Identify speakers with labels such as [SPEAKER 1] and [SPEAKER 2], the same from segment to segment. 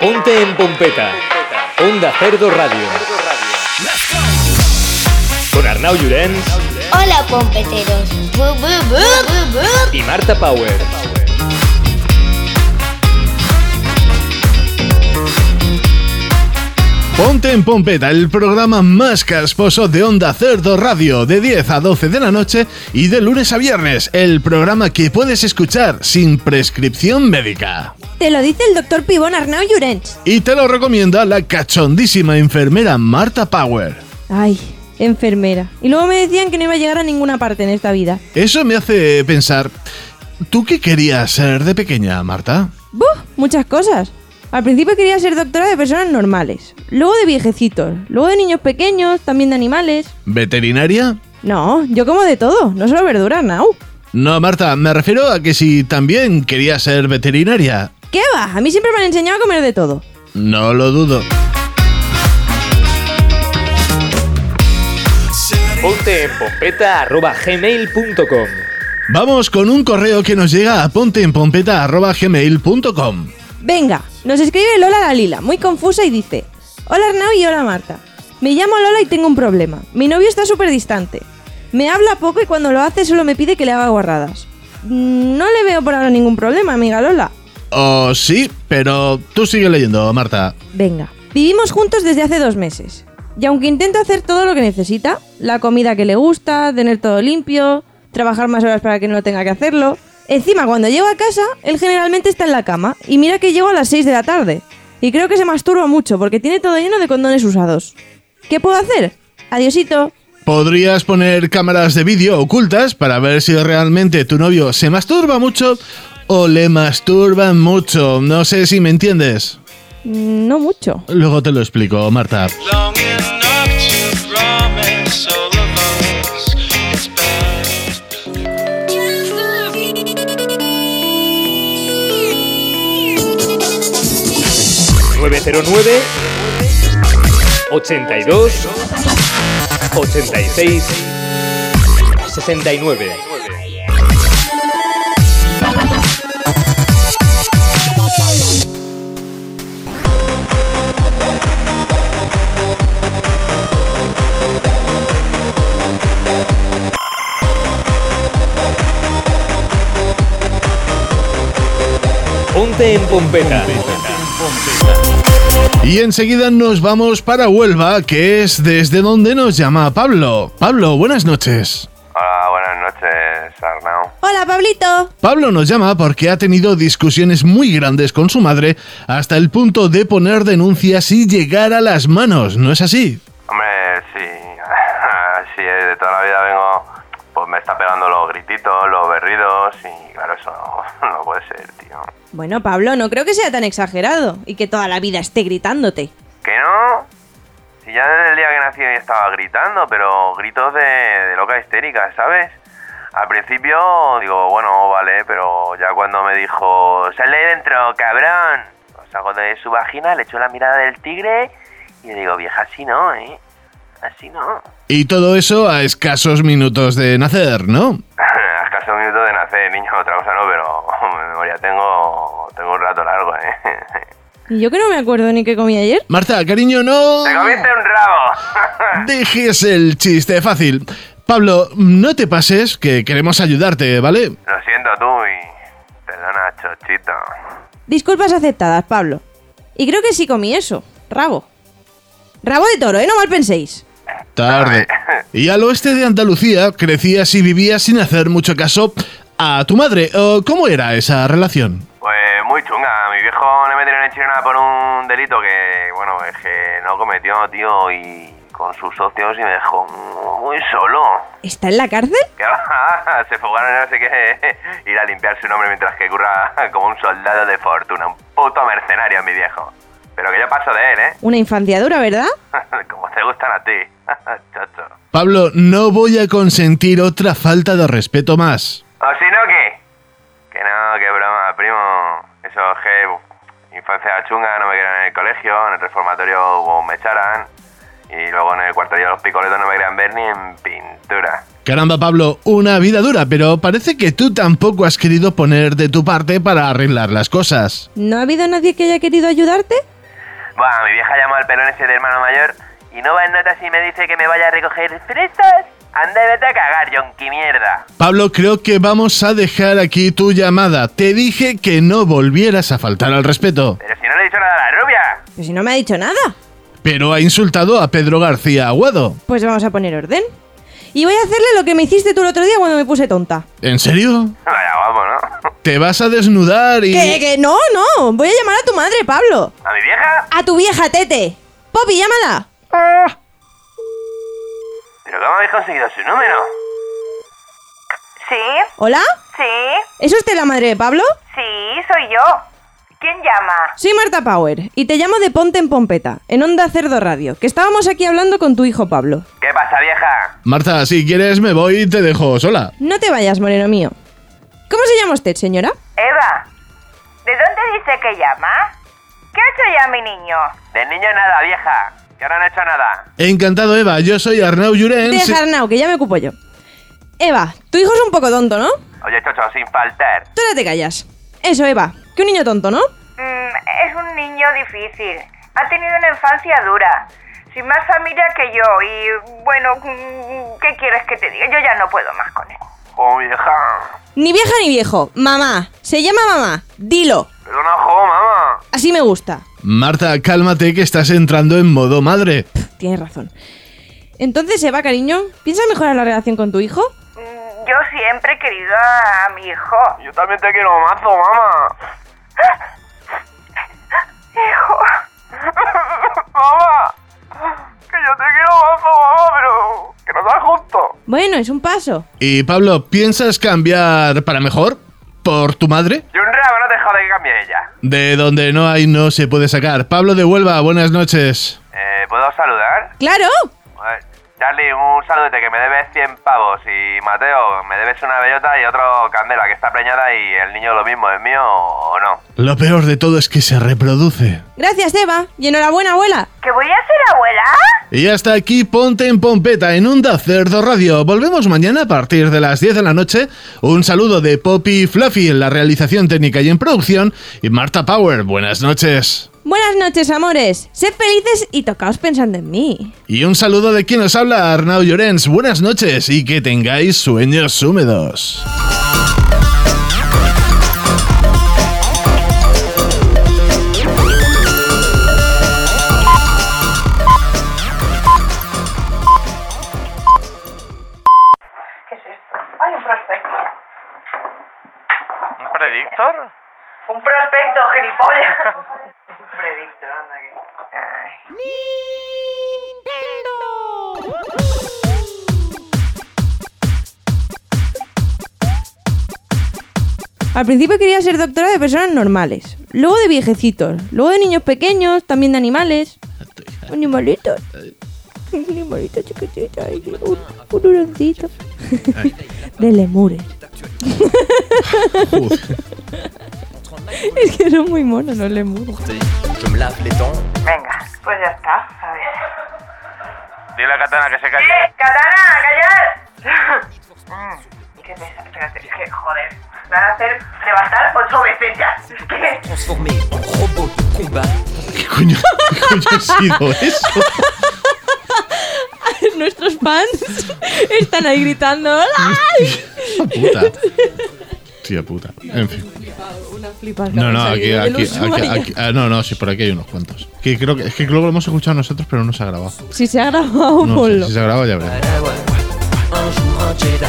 [SPEAKER 1] Ponte en Pompeta. Onda Cerdo Radio. Con Arnau Llorens
[SPEAKER 2] Hola, pompeteros. Bu, bu, bu, bu, bu.
[SPEAKER 1] y Marta Power.
[SPEAKER 3] Ponte en Pompeta, el programa más casposo de Onda Cerdo Radio, de 10 a 12 de la noche y de lunes a viernes, el programa que puedes escuchar sin prescripción médica.
[SPEAKER 4] Te lo dice el doctor Pibón Arnau Llorens.
[SPEAKER 3] Y te lo recomienda la cachondísima enfermera Marta Power.
[SPEAKER 4] Ay, enfermera. Y luego me decían que no iba a llegar a ninguna parte en esta vida.
[SPEAKER 3] Eso me hace pensar, ¿tú qué querías ser de pequeña, Marta?
[SPEAKER 4] ¡Buh! Muchas cosas. Al principio quería ser doctora de personas normales, luego de viejecitos, luego de niños pequeños, también de animales.
[SPEAKER 3] ¿Veterinaria?
[SPEAKER 4] No, yo como de todo, no solo verduras, Nau.
[SPEAKER 3] No, Marta, me refiero a que si también querías ser veterinaria.
[SPEAKER 4] ¿Qué va? A mí siempre me han enseñado a comer de todo.
[SPEAKER 3] No lo dudo.
[SPEAKER 1] Ponte en Pompeta arroba gmail.com.
[SPEAKER 3] Vamos con un correo que nos llega a ponteenpompeta.gmail.com.
[SPEAKER 4] Venga, nos escribe Lola Dalila, muy confusa, y dice: Hola Arnau y hola Marta. Me llamo Lola y tengo un problema. Mi novio está súper distante. Me habla poco y cuando lo hace solo me pide que le haga guarradas. Mm, No le veo por ahora ningún problema, amiga Lola.
[SPEAKER 3] Oh, sí, pero tú sigue leyendo, Marta.
[SPEAKER 4] Venga. Vivimos juntos desde hace dos meses. Y aunque intento hacer todo lo que necesita, la comida que le gusta, tener todo limpio, trabajar más horas para que no tenga que hacerlo. Encima, cuando llego a casa, él generalmente está en la cama y mira que llego a las 6 de la tarde. Y creo que se masturba mucho porque tiene todo lleno de condones usados. ¿Qué puedo hacer? Adiosito.
[SPEAKER 3] Podrías poner cámaras de vídeo ocultas para ver si realmente tu novio se masturba mucho o le masturban mucho. No sé si me entiendes.
[SPEAKER 4] Mm, No mucho.
[SPEAKER 3] Luego te lo explico, Marta.
[SPEAKER 5] Long enough to promise all of us it's best.
[SPEAKER 2] Ponte
[SPEAKER 1] 909 82 86 69. Ponte en Pompeta.
[SPEAKER 3] Y enseguida nos vamos para Huelva, que es desde donde nos llama Pablo. Pablo, buenas noches.
[SPEAKER 6] Hola, Ah, buenas noches, Arnau.
[SPEAKER 4] Hola, Pablito.
[SPEAKER 3] Pablo nos llama porque ha tenido discusiones muy grandes con su madre hasta el punto de poner denuncias y llegar a las manos, ¿no es así?
[SPEAKER 6] Hombre, sí, sí, eh, de toda la vida vengo, pues me está pegando los grititos, los berridos y claro, eso no, no puede ser, tío.
[SPEAKER 4] Bueno, Pablo, no creo que sea tan exagerado y que toda la vida esté gritándote.
[SPEAKER 6] ¿Que no? Si ya desde el día que nací estaba gritando, pero gritos de, de loca histérica, ¿sabes? Al principio digo, bueno, vale, pero ya cuando me dijo, sal de dentro, cabrón, lo saco de su vagina, le echo la mirada del tigre y le digo, vieja, así no, ¿eh? Así no.
[SPEAKER 3] Y todo eso a escasos minutos de nacer, ¿no?
[SPEAKER 6] A escaso un minuto de nacer, niño, otra cosa no, pero memoria tengo, tengo un rato largo, ¿eh?
[SPEAKER 4] Y yo que no me acuerdo ni qué comí ayer.
[SPEAKER 3] Marta, cariño, no...
[SPEAKER 6] ¡Te comiste un rabo!
[SPEAKER 3] Dejes el chiste fácil. Pablo, no te pases, que queremos ayudarte, ¿vale?
[SPEAKER 6] Lo siento tú y perdona, chochito.
[SPEAKER 4] Disculpas aceptadas, Pablo. Y creo que sí comí eso. Rabo. Rabo de toro, ¿eh? No mal penséis.
[SPEAKER 3] Tarde. Y al oeste de Andalucía crecías y vivías sin hacer mucho caso a tu madre. Eh, ¿Cómo era esa relación?
[SPEAKER 6] Pues muy chunga, a mi viejo le metieron en chirona por un delito que, bueno, es que no cometió, tío, y con sus socios y me dejó muy solo.
[SPEAKER 4] ¿Está en la cárcel?
[SPEAKER 6] Que va, Se fugaron, no sé qué, ir a limpiar su nombre mientras que curra como un soldado de fortuna, un puto mercenario, mi viejo. Pero que yo paso de él, ¿eh?
[SPEAKER 4] Una infancia dura, ¿verdad?
[SPEAKER 6] Como te gustan a ti, chocho.
[SPEAKER 3] Pablo, no voy a consentir otra falta de respeto más.
[SPEAKER 6] ¿O si Oh, no qué? Que no, que broma, primo. Eso es que uf, infancia chunga, no me querían en el colegio, en el reformatorio uf, me echaran. Y luego en el cuarto de los picoletos no me querían ver ni en pintura.
[SPEAKER 3] Caramba, Pablo, una vida dura, pero parece que tú tampoco has querido poner de tu parte para arreglar las cosas.
[SPEAKER 4] ¿No ha habido nadie que haya querido ayudarte?
[SPEAKER 6] Buah, mi vieja llama al pelón ese de hermano mayor y no va en notas y me dice que me vaya a recoger fresas. Anda y vete a cagar, yonki mierda.
[SPEAKER 3] Pablo, creo que vamos a dejar aquí tu llamada. Te dije que no volvieras a faltar al respeto.
[SPEAKER 6] Pero si no le he dicho nada a la rubia.
[SPEAKER 4] Pero Pues si no me ha dicho nada.
[SPEAKER 3] Pero ha insultado a Pedro García Aguado.
[SPEAKER 4] Pues vamos a poner orden. Y voy a hacerle lo que me hiciste tú el otro día cuando me puse tonta.
[SPEAKER 3] ¿En serio?
[SPEAKER 6] Vaya guapo, ¿no?
[SPEAKER 3] ¿Te vas a desnudar y...?
[SPEAKER 4] Que, que no, no. Voy a llamar a tu madre, Pablo.
[SPEAKER 6] ¿A mi vieja?
[SPEAKER 4] A tu vieja tete. Poppy, llámala.
[SPEAKER 6] ¿Pero cómo habéis conseguido su número?
[SPEAKER 7] Sí,
[SPEAKER 4] ¿Hola?
[SPEAKER 7] sí,
[SPEAKER 4] ¿Es usted la madre de Pablo?
[SPEAKER 7] sí, soy yo. ¿Quién llama?
[SPEAKER 4] Soy Marta Power y te llamo de Ponte en Pompeta, en Onda Cerdo Radio, que estábamos aquí hablando con tu hijo Pablo.
[SPEAKER 6] ¿Qué pasa, vieja?
[SPEAKER 3] Marta, si quieres me voy y te dejo sola.
[SPEAKER 4] No te vayas, moreno mío. ¿Cómo se llama usted, señora?
[SPEAKER 7] Eva, ¿de dónde dice que llama? ¿Qué ha hecho ya mi niño?
[SPEAKER 6] Del niño nada, vieja. Que ahora no he hecho nada.
[SPEAKER 3] Encantado, Eva. Yo soy Arnau Llorens.
[SPEAKER 4] Deja, Arnau, que ya me ocupo yo. Eva, tu hijo es un poco tonto, ¿no?
[SPEAKER 6] Oye, chocho, sin faltar.
[SPEAKER 4] Tú ahora te callas. Eso, Eva, que un niño tonto, ¿no?
[SPEAKER 7] Mm, es un niño difícil. Ha tenido una infancia dura. Sin más familia que yo y bueno, mm, ¿qué quieres que te diga? Yo ya no puedo más con él.
[SPEAKER 6] Oh, vieja.
[SPEAKER 4] Ni vieja ni viejo. Mamá. Se llama mamá. Dilo.
[SPEAKER 6] Perdona, jo, mamá.
[SPEAKER 4] Así me gusta.
[SPEAKER 3] Marta, cálmate que estás entrando en modo madre.
[SPEAKER 4] Pff, Tienes razón. Entonces, Eva, cariño, ¿piensas mejorar la relación con tu hijo?
[SPEAKER 7] Mm, Yo siempre he querido a, a mi hijo.
[SPEAKER 6] Yo también te quiero mazo, mamá.
[SPEAKER 7] Hijo.
[SPEAKER 6] mamá. Que yo te quiero mazo, mamá, pero que no seas justo.
[SPEAKER 4] Bueno, es un paso.
[SPEAKER 3] Y Pablo, ¿piensas cambiar para mejor? ¿Por tu madre?
[SPEAKER 6] Y un rabo no te jode que cambie ella.
[SPEAKER 3] De donde no hay no se puede sacar. Pablo de Huelva, buenas noches.
[SPEAKER 6] Eh, ¿puedo saludar?
[SPEAKER 4] ¡Claro!
[SPEAKER 6] A ver, Charlie, un saludete que me debes 100 pavos y Mateo, me debes una bellota y otro candela que está preñada y el niño lo mismo, ¿es mío o no?
[SPEAKER 3] Lo peor de todo es que se reproduce.
[SPEAKER 4] Gracias, Eva. Y enhorabuena, abuela.
[SPEAKER 7] ¿Que voy a ser abuela?
[SPEAKER 3] Y hasta aquí Ponte en Pompeta en Onda Cerdo Radio. Volvemos mañana a partir de las 10 de la noche. Un saludo de Poppy y Fluffy en la realización técnica y en producción. Y Marta Power, buenas noches.
[SPEAKER 4] Buenas noches, amores. Sed felices y tocaos pensando en mí.
[SPEAKER 3] Y un saludo de quien os habla, Arnau Llorens. Buenas noches y que tengáis sueños húmedos.
[SPEAKER 7] ¿Qué es esto? Hay un prospecto.
[SPEAKER 6] ¿Un predictor?
[SPEAKER 7] Un prospecto, gilipollas. un predictor, anda que.
[SPEAKER 4] Al principio quería ser doctora de personas normales, luego de viejecitos, luego de niños pequeños, también de animales. Animalitos. Un animalito chiquitito, ay, un un huroncito. De lemures. Es que son muy monos los lemures.
[SPEAKER 7] Venga, pues ya está. A ver.
[SPEAKER 6] Dile a Katana que se calle.
[SPEAKER 7] ¡Eh! ¡Katana, callar! Mm, qué pesa. Espérate, es que, joder. Me van a hacer levantar ocho veces ya. Es que.
[SPEAKER 8] transformé en robot de combat.
[SPEAKER 3] ¿Qué coño, qué coño ha sido eso?
[SPEAKER 4] Nuestros fans están ahí gritando ¡Hola!
[SPEAKER 3] Hostia puta. Hostia puta. En fin. No, no, aquí, aquí, aquí, aquí- ah, no, no, sí, por aquí hay unos cuantos. Que creo que, es que creo que lo hemos escuchado nosotros, pero no se ha grabado.
[SPEAKER 4] Si se ha grabado,
[SPEAKER 3] No,
[SPEAKER 4] ponlo.
[SPEAKER 3] si se ha grabado ya veremos.
[SPEAKER 8] Un jour un Jedi.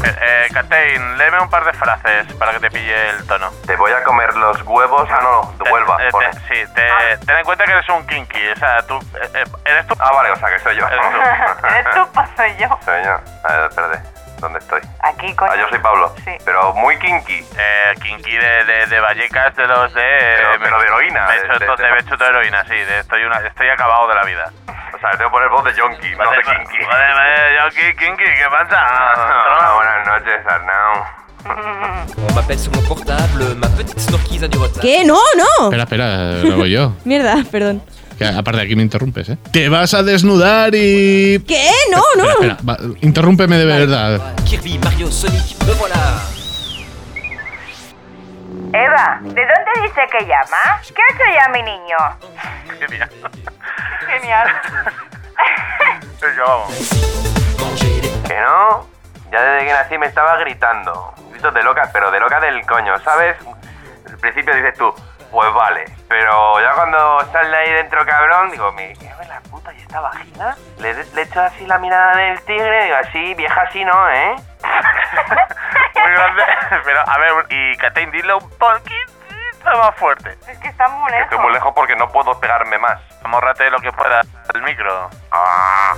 [SPEAKER 6] Eh, Katein, léeme un par de frases para que te pille el tono. Te voy a comer los huevos. Ah, no, no,
[SPEAKER 9] Huelva, pone.
[SPEAKER 6] sí, te- ten en cuenta que eres un kinky. O sea, tú. eh, eh, eres tú.
[SPEAKER 9] Ah, vale, o sea que soy yo.
[SPEAKER 6] Eres tú.
[SPEAKER 7] ¿Eres tú o soy yo?
[SPEAKER 9] Soy yo. A ver, espérate. ¿Dónde estoy?
[SPEAKER 7] Aquí, coño.
[SPEAKER 9] Ah, yo soy Pablo.
[SPEAKER 7] Sí.
[SPEAKER 9] Pero muy kinky.
[SPEAKER 6] Eh, kinky de, de, de Vallecas, de los de.
[SPEAKER 9] Pero-
[SPEAKER 6] eh,
[SPEAKER 9] pero de heroína,
[SPEAKER 6] Me he
[SPEAKER 9] de-
[SPEAKER 6] hecho
[SPEAKER 9] de-
[SPEAKER 6] to-
[SPEAKER 9] de-
[SPEAKER 6] de- me he hecho to heroína, sí. de- estoy, una, estoy acabado de la vida.
[SPEAKER 9] O sea, tengo que poner voz de yonki, no de kinky. Ah,
[SPEAKER 6] Vale, vale, yo aquí, kinky, ¿qué pasa?
[SPEAKER 9] Hola, buenas noches, Arnau.
[SPEAKER 8] On m'appelle sur mon portable, ma petite snorkise a du retard.
[SPEAKER 4] ¿Qué? ¡No, no!
[SPEAKER 3] Espera, espera, lo hago yo.
[SPEAKER 4] Mierda, perdón.
[SPEAKER 3] Que aparte aquí me interrumpes, ¿eh? Te vas a desnudar y.
[SPEAKER 4] ¿Qué? No,
[SPEAKER 3] Espera,
[SPEAKER 4] no.
[SPEAKER 3] espera, va, interrúmpeme de verdad.
[SPEAKER 8] Kirby, Mario, Sonic, me voilà.
[SPEAKER 7] Eva, ¿de dónde dice que llama? ¿Qué ha hecho ya mi niño?
[SPEAKER 6] Genial.
[SPEAKER 7] Genial.
[SPEAKER 6] Soy yo. Que no, ya desde que nací me estaba gritando. Gritos de loca, pero de loca del coño, ¿sabes? Al principio dices tú, pues vale. Pero ya cuando sale ahí dentro cabrón, digo, me cago en la puta y esta vagina. Le, le echo así la mirada del tigre, digo, así, vieja así no, ¿eh?
[SPEAKER 10] Muy grande. Pero, a ver, y Catherine, dile un poquitito más fuerte.
[SPEAKER 7] Es que está muy lejos.
[SPEAKER 6] Estoy muy lejos porque no puedo pegarme más.
[SPEAKER 10] Amórrate lo que pueda el micro.
[SPEAKER 6] Ah.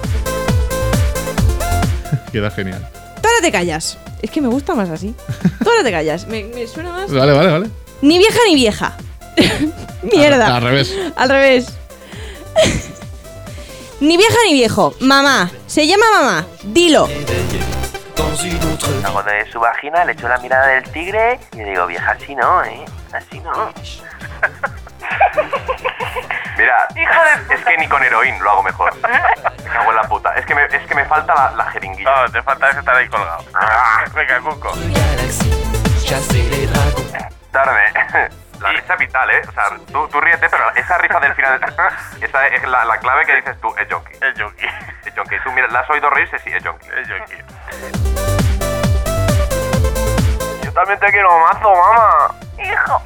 [SPEAKER 3] Queda genial.
[SPEAKER 4] Tú ahora te callas. Es que me gusta más así. Tú ahora te callas. Me, me suena más.
[SPEAKER 3] Vale, vale, vale.
[SPEAKER 4] Ni vieja ni vieja. Mierda.
[SPEAKER 3] Al revés.
[SPEAKER 4] Al revés. ni vieja ni viejo. Mamá. Se llama mamá. Dilo.
[SPEAKER 6] Hago de su vagina, le echo la mirada del tigre y le digo, vieja, así no, ¿eh? Así no. Mira,
[SPEAKER 7] Hijo de puta.
[SPEAKER 6] es que ni con heroín lo hago mejor. Me cago en la puta. Es que me, es que me falta la, la jeringuilla. Ah.
[SPEAKER 10] No, te falta ese estar ahí colgado. Venga, Cuco.
[SPEAKER 6] Tarde. La risa vital, ¿eh? O sea, tú, tú ríete, pero esa risa del final... esa es la, la clave que dices tú, es yonki.
[SPEAKER 10] El Yuki.
[SPEAKER 6] Es yonki. Tú mira, la has oído reírse, sí, es yonki.
[SPEAKER 10] El Yuki.
[SPEAKER 6] Yo también te quiero mazo, mamá.
[SPEAKER 7] Hijo.